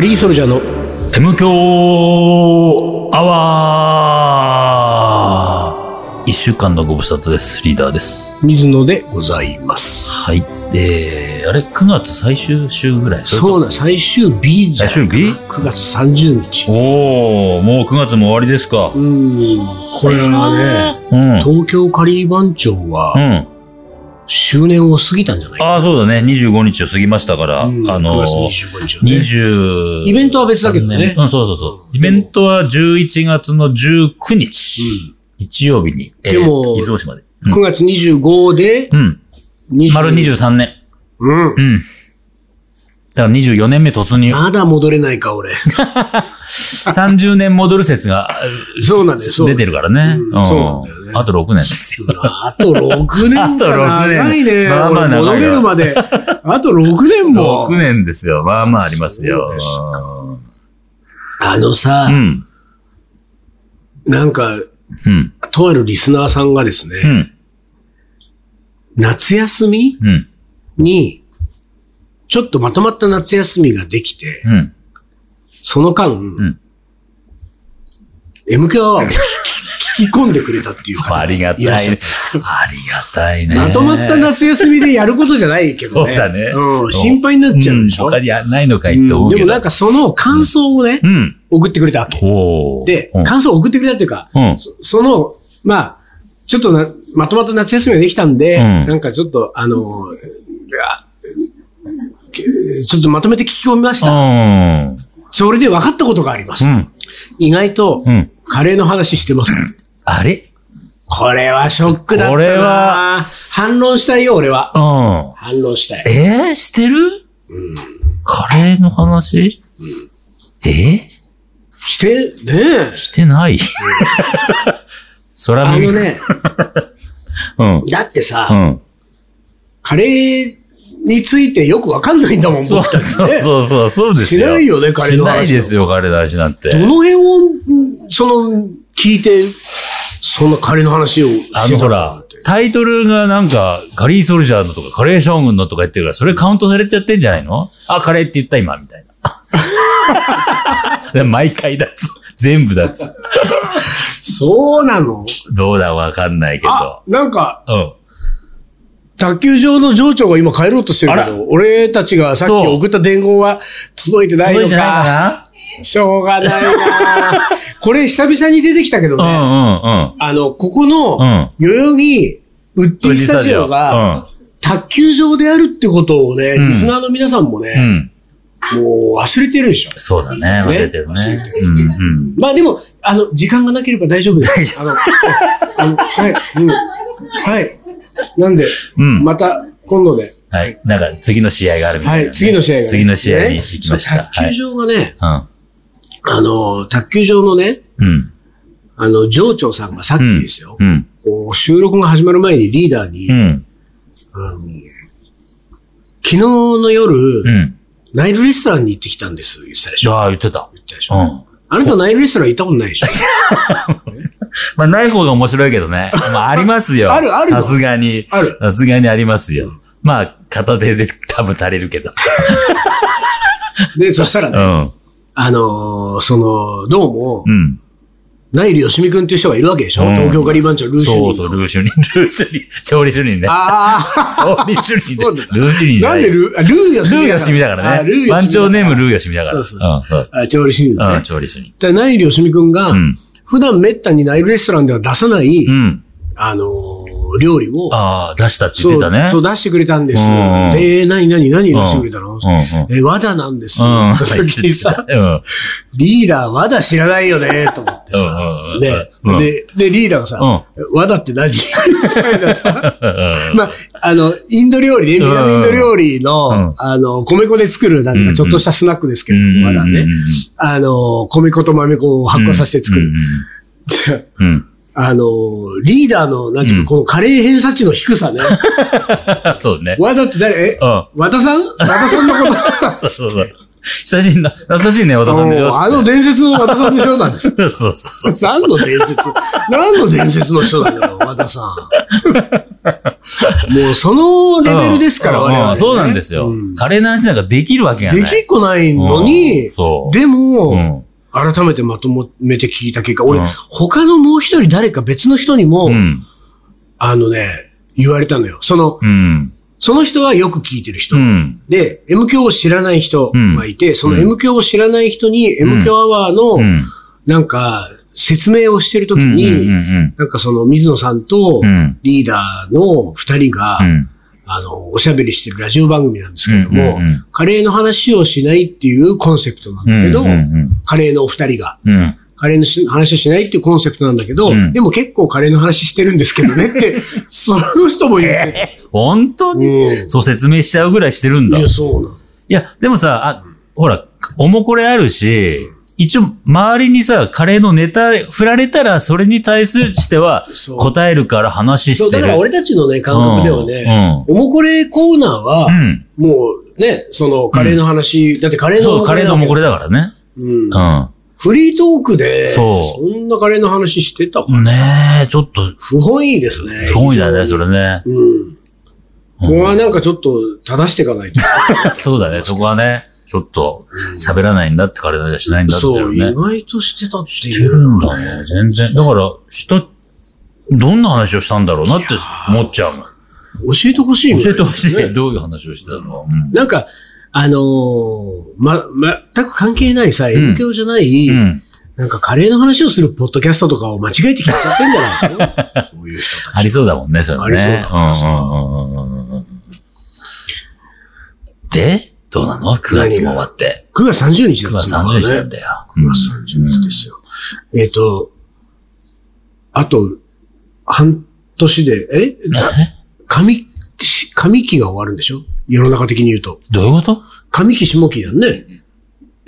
リーソルジャーの M 強アワー一週間のご無沙汰です。リーダーです。水野でございます。はい。えー、あれ ?9 月最終週ぐらいそうなん、最終日じゃん。最終日 ?9 月30日。おー、もう9月も終わりですかう。ん、これはね、うん。うん。東京カリー番長はあ周年を過ぎたんじゃないかあー、そうだね。25日を過ぎましたから、うんあ9のー、月25日、ね。 20イベントは別だけどねうん、そうそうそう。イベントは11月の19日、日曜日に、えーでも伊豆大島で。うん、9月25で、うん。 20丸23年。うん。うん。だから24年目突入。まだ戻れないか、 俺。 30年戻る説が、そうなんだよそう出てるからね。うんそうなんだよねあと6年ですよ。あと6年だな。あと六年長いね。まあまあ長い俺わ戻れるまで。あと6年も6。年ですよ。まあまあありますそようです。あのさう、ん。なんか、うん。とあるリスナーさんがですね、うん。夏休みうん。に、ちょっとまとまった夏休みができて、うん。その間、ん MK アワーを聞 き聞き込んでくれたっていう方ありがたい。いらあっしゃりったんですよがたいね。まとまった夏休みでやることじゃないけどね。そうだねうん、心配になっちゃうでしょ。ん他にないのかういんって思うでけもど。なんかその感想をね、うん。送ってくれたわけ。おーでう、ん感想を送ってくれたというか、うん。そその、まあ、ちょっとな、まとまった夏休みができたんで、うんなんかちょっと、あの、あけちょっとまとめて聞き込みました。うん。それで分かったことがあります。うん。意外と、うん。カレーの話してます。あれこれはショックだったなこれは反論したいよ、俺は。うん。反論したい。えー、してるカレーの話えして、ねえー、してない空 あ耳のです。ね、うん。だってさ、うん。カレーについてよく分かんないんだもん、そう僕たちねそうそうそう、そうですよ。しないよねカレーの話しないですよ、カレーの話なんて。どの辺を、うんその、聞いて、そんな彼の話をしてたあのの、かほならって、タイトルがなんか、カリーソルジャーのとか、カレー将軍のとか言ってるから、それカウントされちゃってんじゃないのあ、カレーって言った今、みたいな。 で毎回だっつ。全部だっつ。そうなのどうだわかんないけあど。、なんか、うん。卓球場の場長が今帰ろうとしてるけあど、俺たちがさっきそう送った伝言は届いてない届のいてないか。かしょうがないなこれ久々に出てきたけどね、なあの、ここうんうんうん。の、うん。代々木、ウッデ富ィ士スタジオが、、卓球場であるってことをね、んリスナーの皆さんもうん。うね、ん。もう忘れてるでしょ。そうだね。忘れてるね。ね忘れてうんうん。まあでも、あの、時間がなければ大丈夫です。あの、あのはい、うん。はい。なんで、うんまた今度で。はい。なんか、次の試合があるみたいなね、はい次の試合がね次の試合に行きましねた。卓は球い。場がね、うん。あの、卓球場のね、うん。あの、場長さんがさっうきん。ですよ、うん。こう収録が始まる前にリーダーに、うん。あの昨日の夜、うん。ナイルレストランに行ってきたんです、言ってたでしじょ。ゃあ、言ってた。言ったでしうょ。ん。あなたナイルレストラン行ったことないでしょ。まあ、ない方が面白いけどね。まあ、ありますよ。あるあるよさすがに。ある。さすがにありますよ。まあ、片手で 多分足りるけど。で、そしたらうね、ん。あのーその、どうも、うん。ナイルよしみくんっていう人がいるわけでしょ、うん東京ガリバン長ルーシュニーそうそう、ルーシュリン、ルーシュリン、調理主任ね。あ あ。調理主任そうだで。ルーシュリンじゃないんでルー、あルーよしルみーだから。ヨシミだからあルーヨシね。ミ番長ネームルーヨシミだから。そうそうそんそうあ調理主任うねん、。調理主任。で、ナイルよしみくんが、うん。普段めったにナイルレストランでは出さない、うん。あのー料理を、ああ、出したって言ってたね。そう、そう出してくれたんですよ。うんうんで、何、何、何出してくれたの、うんうん。え、和田なんです。うん。さっきさ、うん。リーダー和田知らないよね、と思ってさ。うんうんうんでうんで、で、リーダーがさ、和田って何 みたいなさ。う んまあ、あの、インド料理ね、南インド料理うのん、あの、米粉で作る、なんていうか、ちょっとしたスナックですけど、うんまだうねん。あの、米粉と豆粉を発酵させて作る。うん。うん。 あの、リーダーの、なんていううんか、このカレー偏差値の低 さね。うんそうね。和田って誰えうん。和田さん和田さんの ことそうそうそう。親しいな、懐かしいね、和田さんでしょあの伝説の和田さんでしょなんです。そうそうそう。 何の伝説何の伝説の人なんだよ、和田さん。もうそのレベルですから、うん我々、うんそうなんですよ。うんカレーの話なんかできるわけがなできい。っこないのうにん、そう。でも、うん。改めてまとめて聞いた結果、俺、うん他のもう一人誰か別の人にも、うん。あのね、言われたのよ。その、うん。その人はよく聞いてる人。うん。で、M 教を知らない人がいて、その M 教を知らない人に、ん M 教アワーの、うん。なんか、説明をしてるときうん。に、うん。なんかその水野さんとうんリーダーの二人が、うん。あの、おしゃべりしてるラジオ番組なんですけれども、うんうんうんカレーの話をしないっていうコンセプトなんだけど、うんうんカレーのお二人が、うん。うん。カレーのし話をしないっていうコンセプトなんだけど、うんでも結構カレーの話してるんですけどねって、 その人も言ってて、本当にうんそう説明しちゃうぐらいしてるんだ。いいや、そうなん。や、でもさ、あ、ほら、おもこれあるし、一応、周りにさ、カレーのネタ、振られたら、それに対するしてはそう、答えるから話そしう、てだる。から俺たちのね、感覚ではね、おもこれコーナーは、うん。うん。もうね、そのカレーの話、だってカレーのそう、カレーのおもこれ。れだからね。うん。うフリートークで、そうそんなカレーの話してたかん。ねえ、ちょっと、不本意ですね。すごいだね、それね。うん。うんこれはなんかちょっと正していかない と。そうだね、そこはね、ちょっと、喋らないんだって、彼らじゃしないんだっていそうう、ね。意外としてたってしていう。るんだね、全然。だから、した、どんな話をしたんだろうなって思っちゃうもん。教えてほしい、教えてほしい、ねどういう話をしてたのうん。 なんか、あのーま、全く関係ないさ、ん M 教じゃない、うん。なんかカレーの話をするポッドキャストとかを間違えて聞いちゃってんじゃないの そういう人たち。ありそうだもんね、それね。ありそううんうんうんうんうん。で、どうなの ?9 月も終わって。 9月30日だ9ったんだ月30日ねなんだよ。 9月30日ですよ。えっ、と、あと、半年で、え上、上期が終わるんでしょ世の中的に言うと。どういうこと上期下期やんね。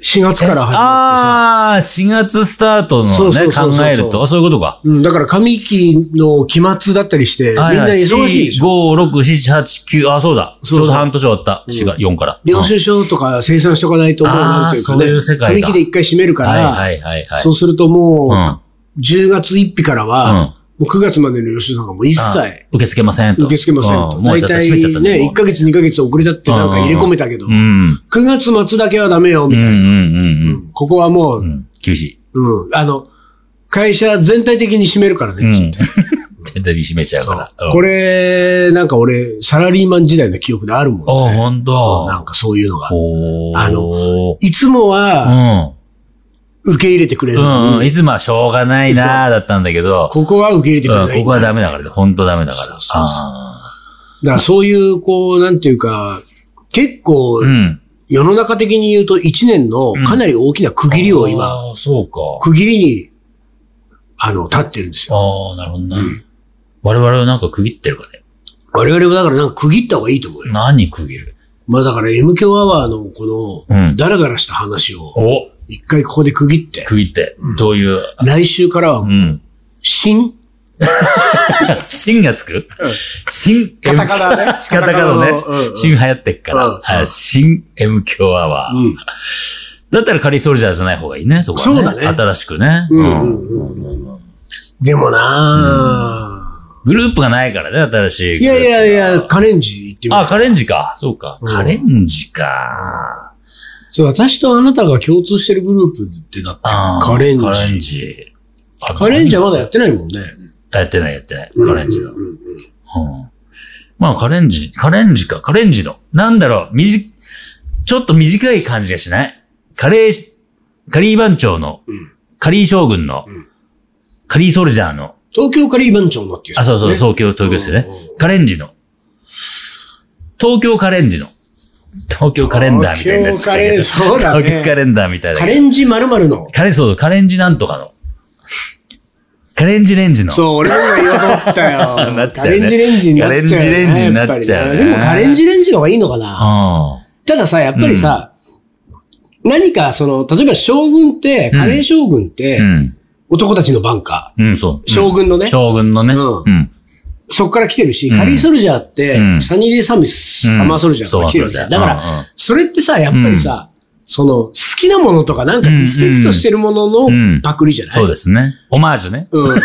4月から始まってさ。ああ、4月スタートそのうそね、うそうそうそう考えると、あそういうことか。うん、だから上期の期末だったりして、みんなはいはい。忙しいでしょ。 5、6、7、8、9、あ、そうだ。そうそうちょうど半年終わった。4が、4から。領収書とか生産しとかないともうなんていうかあーそういう世界ね。上だ期で一回締めるうんから、はいはいはいはい。そうするともうう、ん10月1日からうんは、もう9月までの領収書なんかもう一あ切、受け付けませんと。受け付けませんと。うんも大うちょっと体閉めちゃったね、1もヶ月2ヶ月遅れたってなんか入れ込めたけど、うう9ん。月末だけはダメよ、みうんうたいな。んうんここはもうう、ん。うん。厳しい。うん、あの、会社全体的に締めるからねうっつっ んて。。全体に閉めちゃうから。うんこれ、なんか俺、サラリーマン時代の記憶であるもんあ、ね。ほんなと。んかそういうのが。おーあいつもは受け入れてくれうるん。うんのうん。に、いつもはしょうがないなーだったんだけど、ここは受け入れてくれうんないこんこだ。はダメだから、ほんとダメだかそらうそう。そうあだからそういう、こう、なんていうか、結構ーう、ん。世の中的に言うと1年のかなり大きな区切りを今、あーそうか。区切りに、あの、立ってるんですよ。ああ、なるほどな。我々はなんか区切ってるかね。我々はだからなんか区切った方がいいと思うよ。何区切るまあだから M 強アワーのこうの、んダラダラした話を、お一回ここで区切って、区切って。どういう、来週からはう。もうん新、新がつく新、。カタカナねカタカナね。うんうん新流行ってっから。うんあ新 M 強アワー。うんだったらカリーソルジャーじゃない方がいいね、そこは、ね。そうだね新しくね。うんううんんうんでもなグループがないからね、新しぁ。いいグルやーいプが。やいや、カレンジ行ってみあ、る。カレンジか。そうか。うんカレンジか。そう、私とあなたが共通してるグループってなって。あーカレンジカレンジ。あカレンジはまだやってないもんね。やってない、やってない。カレンジだ。ううんうんうんまあ、カレンジ、カレンジか、カレンジの。なんだろう、みじ、ちょっと短い感じがしないカレー、カリー番長の、うんカリー将軍の、うんカリーソルジャーの、東京カリー番長のっていう人あ、ね。そうそう、東京、東京ですね。うんうんカレンジの。東京カレンジの。東京カレンダーみたいになっちゃったけど。東京カレンそうだね東京カレンダーみたいな。カレンジ〇〇の。カレン、そう、カレンジなんとかの。カレンジレンジの。そう、俺も今言おうと思った なよっ。ちカゃうねレンジレンジになっちゃうよね。カレンジレンジになっちゃうやっぱりねねでもカレンジレンジの方がいいのかうな。ん。たださ、やっぱりさ、何かその、例えば将軍って、うんカレー将軍ってう、ん。男たちの番か。うん、そう。将軍のね。将軍のね。うんうん。そっから来てるし、うんカリーソルジャーってう、んサニーデイサミス、うんサマーソルジャーそからう来てそるうじそゃ。うんだから、それってさ、やっぱりさ、その、好きなものとかなんかリスペクトしてるものうんのパクリじゃない、そうですね。オマージュね。うん。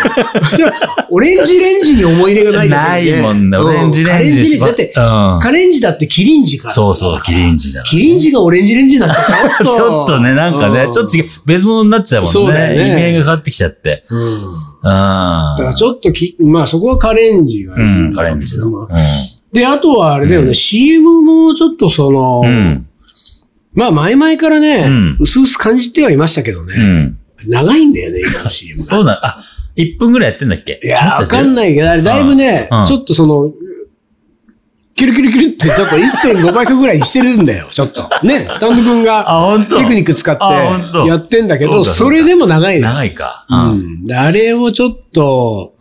オレンジレンジに思い出がないだなけいでもんね。うオレンジレカレンジンジレンジだって、うん。カレンジだってキリンジから。そうそう、キリンジだ。キリンジがオレンジレンジなんてち ちょっと。ょっとね、なんかね、ちょっと違う、別物になっちゃうもんそうだよね。ね意味合いが変わってきちゃって。うん。うん。うん。だからちょっとき、まあそこはカレンジがいいんだけど。うん、カレンジだ。うん。で、あとはあれだよね、うん CM もちょっとその、うん。まあ前々からね、うんうすうす感じてはいましたけどね、うん。長いんだよね、今の CM が。そうだ、あ、1分ぐらいやってんだっけいやー、わかんい。ないけど、あれだいぶね、うんうんちょっとその、キュルキュルキュルってちょっと1.5倍速ぐらいにしてるんだよ、ちょっと。ね、丹野くんがあ、本当。テクニック使っあほんとてやってんだけそうど、だそそうだれでも長いのよ長いか。う。ん。であれをちょっと、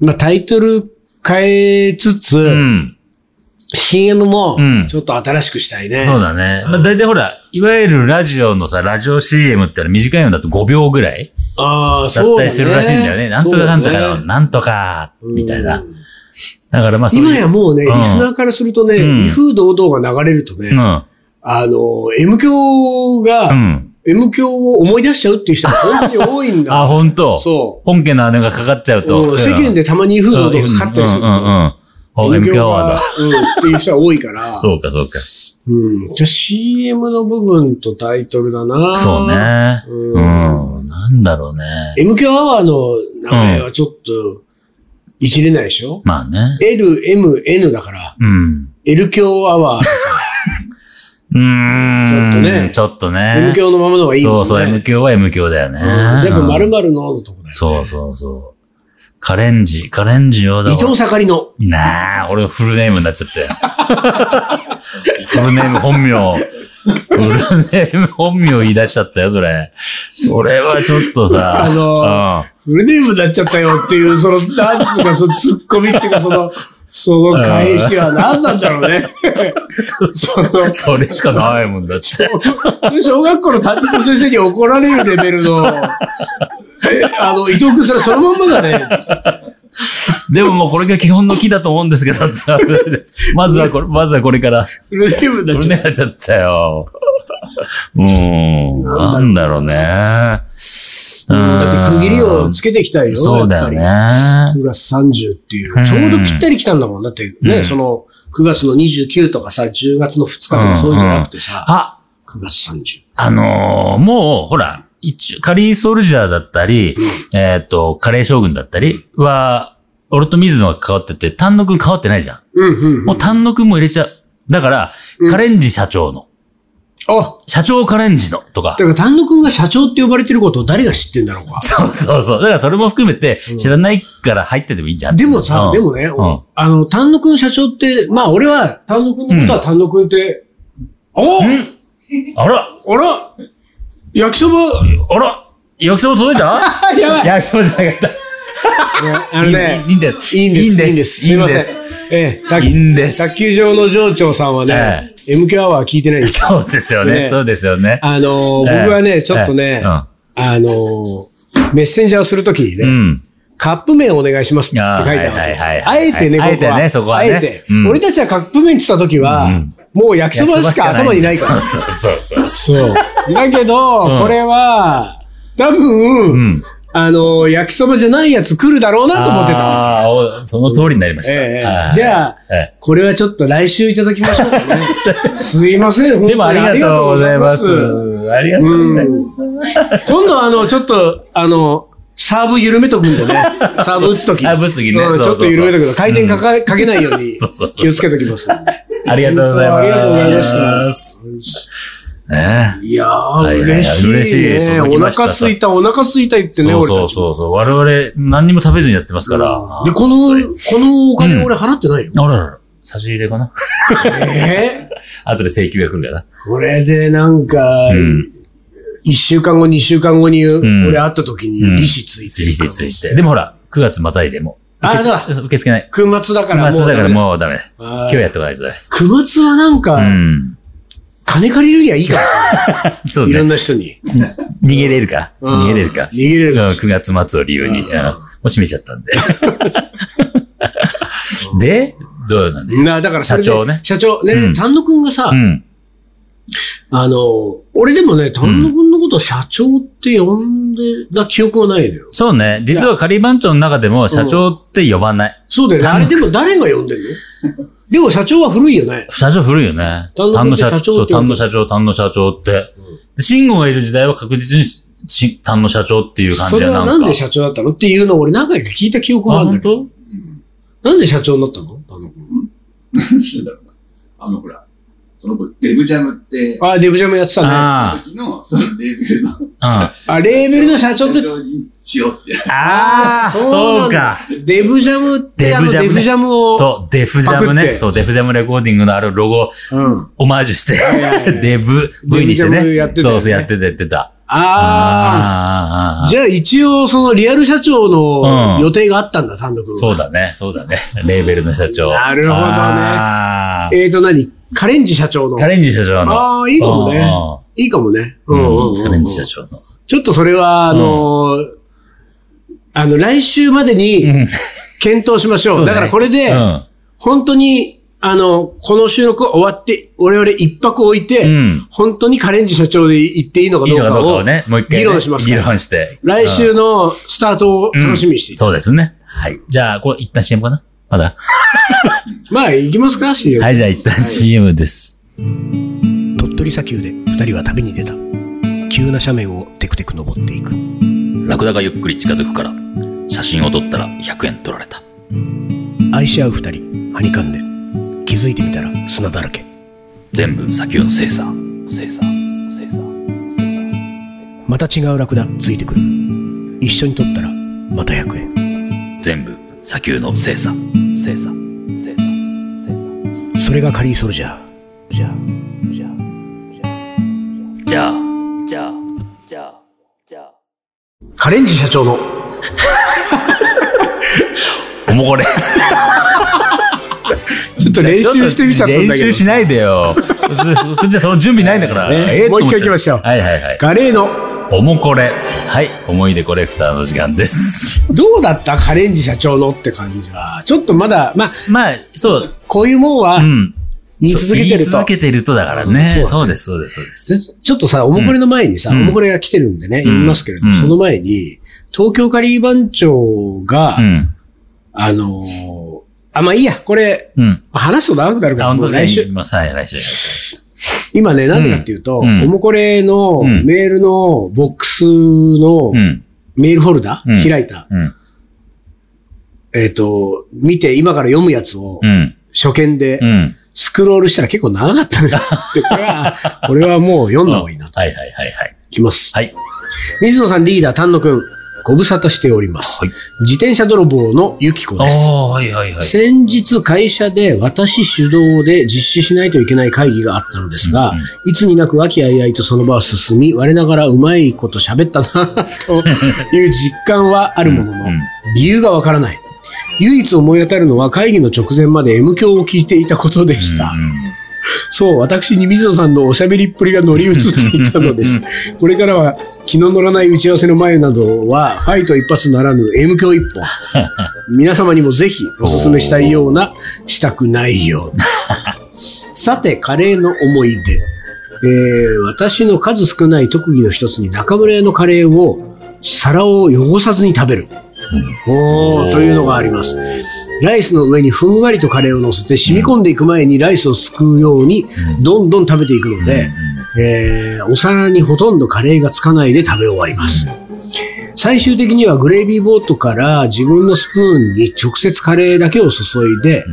まあタイトル変えつつ、うん。 CM もうんちょっと新しくしたいね。そうだね。まあ、大体ほら、いわゆるラジオのさ、ラジオ CM ってのは短いのだと5秒ぐらいああ、だそっうだ、ね。たりするらしいんだよね。なんとかなんとかの、なんとか、みたいな。だからまあそういう。今やもうね、うんリスナーからするとね、うん威風堂々が流れるとね、あの、M 教が、うん。うん。 M 教を思い出しちゃうっていう人が本当に多いんだ。あ、本当。そ本家の姉がかかっちゃうう。うと。ん世間でたまに威風堂々がかかったりするうんうんうんと。うん。お、 M 教 MK アワーがだ。、うん、っていう人が多いから。 そうか、そうか。うん。じゃあ CM の部分とタイトルだなそう。ね。ううんん。なんだろうね。 M 教アワーの名前はちょっと、いじれないでしょ、まあね。 ?L、M、N だから、うん。 L 教アワー、うーん。ちょっとねちょっと M ね。教のままの方がいいもんね、そうそう、M 響は M 響だよね。うんじゃあやっぱうん〇〇ののとこだよね。そうそうそう。カレンジ、カレンジ用だ伊わ。藤盛りの。なあ、俺フルネームになっちゃって。フルネーム本名。フルネーム本名言い出しちゃったよ、それ。それはちょっとさ。あのフルネームになっちゃったよっていう、その、なんつうか、そのツッコミっていうか、その、 その返しは何なんだろうね。 その、うん。それしかないもんだって。小学校の担当先生に怒られるレベルの、 えあの、伊藤君それそのまんまだね。でももうこれが基本の木だと思うんですけど、まずはこれ、まずはこれから。フルネームになっこれちゃっね、なっちゃったよ。うーん。なんだろうね。た。だって区切りをつけけていきたいよ。そうだよね。 9月30っていうう。んちょうどぴったり来たんだもん。だってうね、んその、9月の29とかさ、10月の2日とかそういうんじゃなくてさ、あ、 9月30。あのーもう、ほら、一応、カリーソルジャーだったり、えっと、カレー将軍だったりは、俺と水野が関わってて、丹野くん関わってないじゃうんうんん。うもんう。丹野くんも入れちゃう。だからうん、カレンジ社長の、あ社長カレンジの、とかだ。から丹野くんが社長って呼ばれてることを誰が知ってんだろうか。そう そうそう。だからそれも含めて、うん知らないから入っててもいいじゃん。でもさう、んでもね、んあの、丹野くん社長って、まあ俺は、丹野くんのことは丹野くんって、おあらあら焼きそば、あら焼きそば届 いたあ、やばい。焼きそばじゃなかっあた。のいねい、いいんです。いいんです。いいんです。すいませんいいんです。ええ、卓いいんです卓球場の場長さんはね、MQ アワー聞いてないんですよ。そうですよねね。そうですよね。あのー、ええ僕はね、ちょっとね、ええうんあのー、メッセンジャーをするときにうね、ん。カップ麺お願いしますって書いてあるわけ。あーはいはいはいあえてね、ここは。あえてねそこはねあえてうん俺たちはカップ麺って言ったときは、うんもう焼きそばしか頭にないから。そうそうそうそそう。だけど、うんこれは、多分、う。うん。あのー、焼きそばじゃないやつ来るだろうなと思ってた。ああ、おその通りになりました。ええはいじゃあ、えこれはちょっと来週いただきましょうか ね。すいません、本当えにでもありがとうございますありがとうござい。ありがとうございます。ます今度はあの、ちょっと、あの、サーブ緩めとくん でね。サーブ打つとき。サーブ打つ時ねうんそうちそょうっそとう緩めとくと、回転かかかけないように そうそうそうそう気をつけときます。ありがとうございます。ありがとうございまた。ねいやいはー、いはい嬉しいね。嬉しいお届きました腹すいた、お腹すいた言ってね、そう俺たちそも。うそうそう。我々何にも食べずにやってますから。で、この、このお金俺払ってないよ。あららら、差し入れかな えー後で請求が来るんだよな。これでなんか、うん。一週間後、二週間後に、ん俺会った時に、うん利子ついてリリースして。でもほら、9月またいでもう。あ受け そう付受け付けない。熊津だから9もう月ダメだ。だからもうダメ。今今日やってこないとダ熊津はなんか、メ。うん。金借りるにはいいから、そういろんね。な人に。逃げれるか。うん逃げれるか逃。げれうるんから。 9月末を理由に。ううんんもう閉めちゃったんで。で、どうなんだな、だからそれで社長ね社長、うね、ん丹野くんがさう、ん。あの、俺でもね、丹野くんのことを社長って呼んでた記憶はないのよ。そうね。実は仮番長の中でも社長って呼ばない。そうだよね。あれでも誰が呼んでる のでも社長は古いよね。社長古いよね。丹丹野野社長社長、そう丹野社長、丹野社長って。で慎吾がいる時代は確実にし丹野社長っていう感そじれやなはんなか。んで社長だったのっていうのを俺何回か聞いた記憶がああ、るんだ本けど。当？なんで社長になったの丹野くん何してんだろうな。あの、ほら、その子、デブジャムって、あ、デブジャムやってたね。ああ時の、そのレーベルの、あ、レーベルの社長って社、長にしようって。うん。ああ、そそうなんうだか。デブジャムってあのデデブブジジャムを。そう、デフジャパクムってね。そう、デフジャムレコーディングのあるロゴ、う。うん。オマージュして、はい デブ、V にしてデブジャムやってね。たよねそうそう、やってて、やってた。ああ。あーあー、あーじゃあ一応そのリアル社長のうん予定があったんだ、丹野くんは。そうだね、そうだね。レーベルの社長。なるほどねあーえーと何カレンジ社長の。カレンジ社長の。ああ、いいかもね。いいかもね。ううんうんんううんんカレンジ社長の。ちょっとそれは、あのーあの、来週までにうん検討しましょう。そうねだからこれで、うん。本当に、あの、この収録終わって、我々一泊置いて、うん本当にカレンジ社長で行っていいのかいどいうのかかどうを、かをね、もう一回議ね。論しますから議論して。来週のスタートを楽しみにしていてそうですね。はい。じゃあ、これ一旦 CM かなまだ。まあ、行きますか、CM はい、じゃあ一旦 CM です。鳥取砂丘で2人は旅に出た急な斜面をテクテク登っていくラクダがゆっくり近づくから写真を撮ったら100円取られた愛し合う2人はにかんで気づいてみたら砂だらけ全部砂丘の精査精査精査また違うラクダついてくる一緒に撮ったらまた100円全部砂丘の精査精査精査精査それがカリーソルジャーじゃあじゃあじゃあじゃあじゃあじゃあカレンジ社長の。おもこれ。ちょっと練習してみちゃったんだけど。練習しないでよ。そじゃその準備ないんだから。ねえーもう一回と思っちゃ行きましょうはいはいはい。カレーの、おもこれ。はい。思い出コレクターの時 間です。どうだったカレンジ社長のって感じは。ちょっとまだ、まあ、まあ、そう。こういうもんはうん。言い続けて言いると続。けてるとだからうんね。そうだねそうです、そうです、そうです。ずちょっとさ、おもこれの前にさ、うんおもこれが来てるんでね、うん言いますけれども、うんその前に、東京カリー番長が、うん。あのーあ、まあいいや、これ、うん。話すと長くなるかカウら、ンもトうダウン来し週、ます。はい、来週。今ね、なんでかっていうと、うんおもこれのうんメールのボックスのうん。メールフォルダ、うん開いた、うん。えっ、と、見て今から読むやつをう、ん。初見でうん。スクロールしたら結構長か ったね。でこれは、これはもう読んだ方がいいな。はいはいはいはい。いきます。はい。水野さんリーダー、丹野くん、ご無沙汰しております。はい自転車泥棒のゆきこです。ああー、はいはいはい。先日会社で私主導で実施しないといけない会議があったのですが、うんうんいつになく和気あいあいとその場は進み、我ながらうまいこと喋ったなという実感はあるものの、うん理由がわからない。唯一思い当たるのは会議の直前まで M 響を聞いていたことでした。そう、私に水野さんのおしゃべりっぷりが乗り移っていたのです。これからは気の乗らない打ち合わせの前などは、ファイト一発ならぬ M 強一本。皆様にもぜひお勧めしたいような、したくないような。さて、カレーの思い出。えー私の数少ない特技の一つに中村屋のカレーを皿を汚さずに食べる。おーというのがあります。ライスの上にふんわりとカレーを乗せて染み込んでいく前にライスをすくうようにうんどんどん食べていくのうんで、えーお皿にほとんどカレーがつかないで食べ終わります。最終的にはグレービーボートから自分のスプーンに直接カレーだけを注いで、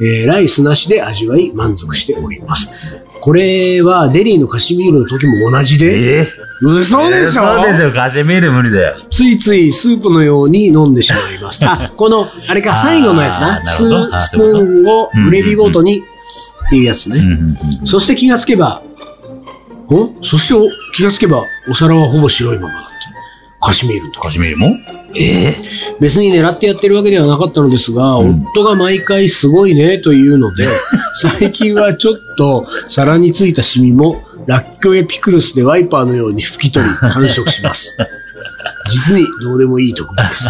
えーライスなしで味わい満足しております。これはデリーのカシミールの時も同じで、え嘘でしょそうでしょカシミール無理だよ。ついついスープのように飲んでしまいました。あ、この、あれか、あー最後のやつな。なスるほどあースプそういうことーンをグレービーボートにっていうやつうんね。うんうんそして気がつけば、おそしてお気がつけば、お皿はほぼ白いままだって。カシミールとかカ。シミールもええ別に狙ってやってるわけではなかったのですが、うん夫が毎回すごいねという ので、最近はちょっと皿についたシミも、ラッキョエピクルスでワイパーのよ うに拭き取り、完食します。実にどうでもいい特技です。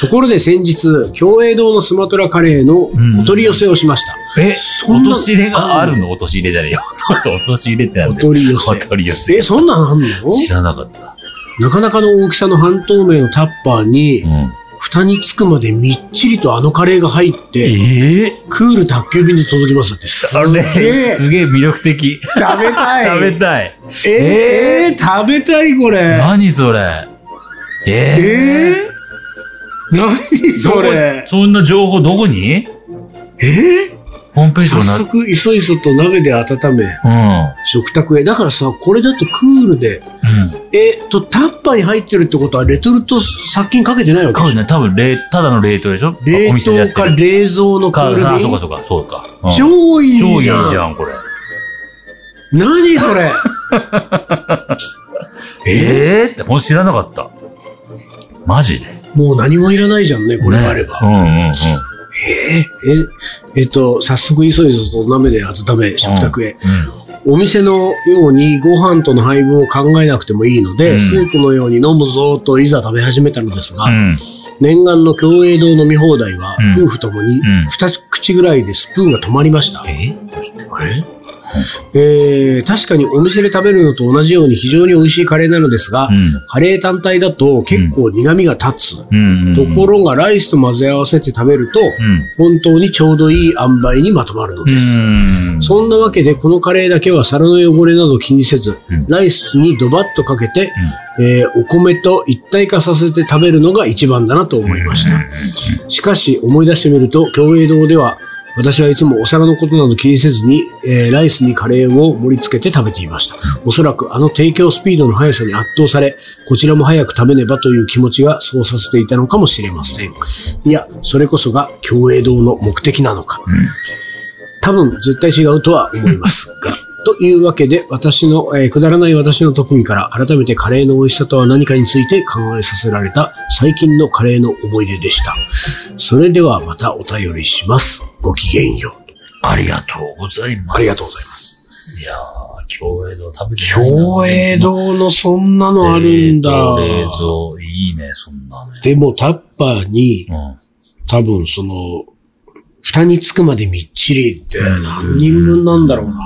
ところで先日、共栄堂のスマトラカレーのお取り寄せをしました。え、そん落なとし入れがあるの落とし入れじゃねえよ。 落とし入れってなんおで。取り寄おせ。取り寄え、せ。そんなんあんの知らなかった。なかなかの大きさの半透明のタッパーに、うん。蓋につくまでみっちりとあのカレーが入って、ええクール宅急便で届きますって。すあれ、げえすげえ魅力的。食べたい。食べたい。えー、食べたいこれ。何それ。ええー、何ーそれど。こそんな情報どこにえー、ホームページと早かな。速、いそいそと鍋で温め、う食卓へ。だからさ、これだってクールで、ん。えっと、タッパーに入ってるってことは、レトルト殺菌かけてないわうん。けかでしょもしれない。多分、冷、ただの冷凍でしょお冷店でやっ凍てかる。冷蔵のクールか、あ、そうかでそうか、そうか。うん超いい超いいじじゃん。ゃん、これ。何そ れえええって、ほんと知らなかった。マジで。もう何もいらないじゃんね、これねがあれば。うんうんうん。ええ、えっと、早速急いぞと鍋で温め、食卓へ。お店のようにご飯との配分を考えなくてもいいので、うんスープのように飲むぞといざ食べ始めたのですが、うん。うん。念願の共栄堂飲み放題は、うん夫婦ともにん二口ぐらいでスプーンが止まりました。えええー確かにお店で食べるのと同じように非常に美味しいカレーなのですが、うん。カレー単体だと結構苦味が立つ。うん。ところ、ろがライスと混ぜ合わせて食べると、うん。本当にちょうどいい塩梅にまとまるのうです。ん。そんなわけで、このカレーだけは皿の汚れなど気にせず、うんライスにドバッとかけて、えーお米と一体化させて食べるのが一番だなと思いました。しかし、思い出してみると、共栄堂では、私はいつもお皿のことなど気にせずに、えーライスにカレーを盛り付けて食べていました。おそらくあの提供スピードの速さに圧倒され、こちらも早く食べねばという気持ちがそうさせていたのかもしれません。いや、それこそが共栄堂の目的なのか。多分絶対違うとは思いますが。 というわけで、私の、えーくだらない私の特技から改めてカレーの美味しさとは何かについて考えさせられた最近のカレーの思い出でした。それではまたお便りします。ごきげんよう。ありがとうございます。。ありがとうございますいやー、共栄堂食べてないな共栄堂のそんなのあるんだ。冷蔵、いいね、そんなね。でもタッパーにうん。多分その、蓋につくまでみっちりって何人分なんだろうな。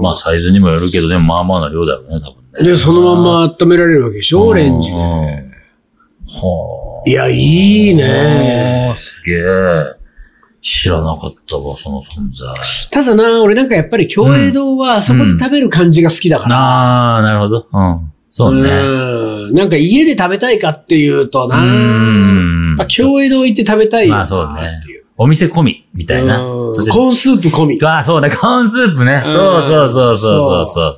まあ、サイズにもよるけど、でもまあまあな量だろうね、多分ね。で、そのまんま温められるわけでしょオレンジでうん。はあ。いや、いいねあー。すげえ。知らなかったわ、その存在。ただな、俺なんかやっぱり共栄堂はあそこで食べる感じが好きだから。あー、なるほど。うん。そうね。ううんなんか家で食べたいかっていうとな、ーんまあ、。共栄堂行って食べたいよまなあそうねっていう。お店込み、みたいな。うんそしてコーンスープ込み。ああ、そうね。コーンスープね。うんそうそうそうそうそうそう。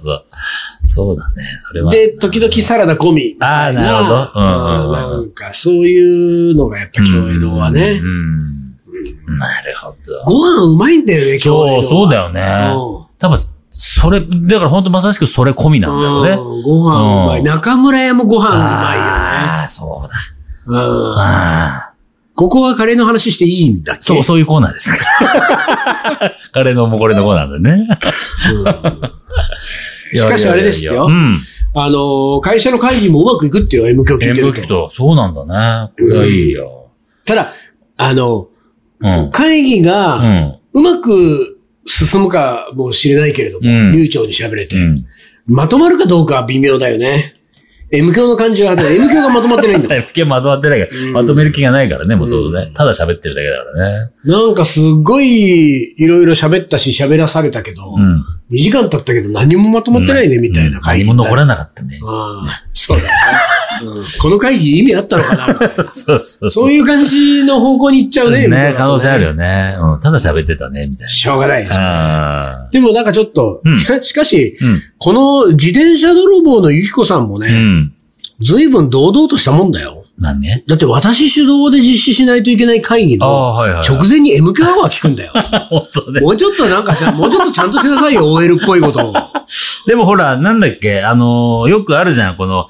そうだね。それは。で、時々サラダ込み。あーなるほどうんうんうんなんかそういうのがやっぱ共栄堂はねう。ん。なるほど。ご飯うまいんだよね、共栄堂そは。う、そうだよね。よね。多分、それ、だから本当まさしくそれ込みなんだろうね。うんご飯うまうい。ん中村屋もご飯うまああ、そういだ。よね。うんああ。ここはカレーの話していいんだっけそう、そういうコーナー ですから。カレーのもこれのコーナーだね。うんしかしあれですよいやいやいやうん。あのー会社の会議もうまくいくっていう M 響聞い演てる武聞くと。と、そうなんだね。いうんや、いいよ。ただ、あの、うん。会議うがん。うまく進むかもしれないけれども、うん流暢に喋れて、うん。まとまるかどうかは微妙だよね。M 響の感じは、M 響がまとまってないん だ。タイプ系まとまってないから、うんまとめる気がないからね、もともとうね。ただ喋ってるだけだからね。なんかすっごいいろいろ喋ったし喋らされたけど、うん。 2時間経ったけど何もまとまってないねみたいな会何議。も残らなかったね。ああそうだね、うんこの会議意味あったのかなみたいな そうそうそうう。いう感じの方向に行っちゃうね。みたいなねこ、と可能性あるよね。うん。ただ喋ってたね、みたいしょうがないです。な。ああ。でもなんかちょっと、うんしかしかし、うん。この自転車泥棒のゆきこさんもうね、ん。随分堂々としたもんだよ。何ねだって私主導で実施しないといけない会議あのあ、はいはい。直前に M q アワー聞くんだよ。 本当ね。もうちょっとなんかじゃあ、もうちょっとちゃんとしなさいよ、OL っぽいことを。でもほら、なんだっけ、あのー、よくあるじゃん、この、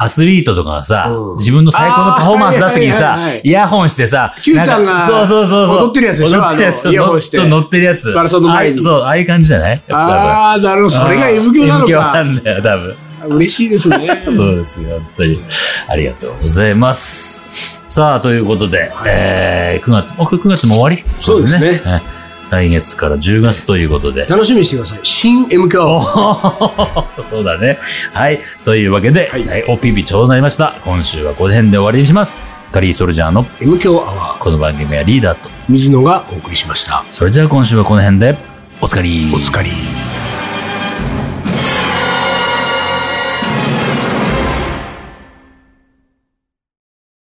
アスリートとかがさ、うん自分の最高のパフォーマンス出すときにあーはいはいはいはさい、イヤホンしてさ、 Q ちゃんがなかそうそうそうそう。踊ってるやつでしょ踊ってるやつあのイヤホンして乗っ乗ってるやつ。マラソンの前にあそう、ああいう感じじゃないやっぱああ、なるほど。多そ分れが M q なの M 響か。なんだよ、多分。嬉しいですね。そうですよ、本当に。ありがとうございます。さあ、ということで、はいえー、9月、もう9月も終わりそうですねはい来月から10月ということで。楽しみにしてください。新 MK おアワーー そうだね。はい。というわけで、はいはい、おピピ頂戴ました。今週はこの辺で終わりにします。カリーソルジャーの MK アワー、この番組はリーダーと。水野がお送りしました。それじゃあ今週はこの辺で、おつかり。お疲れ。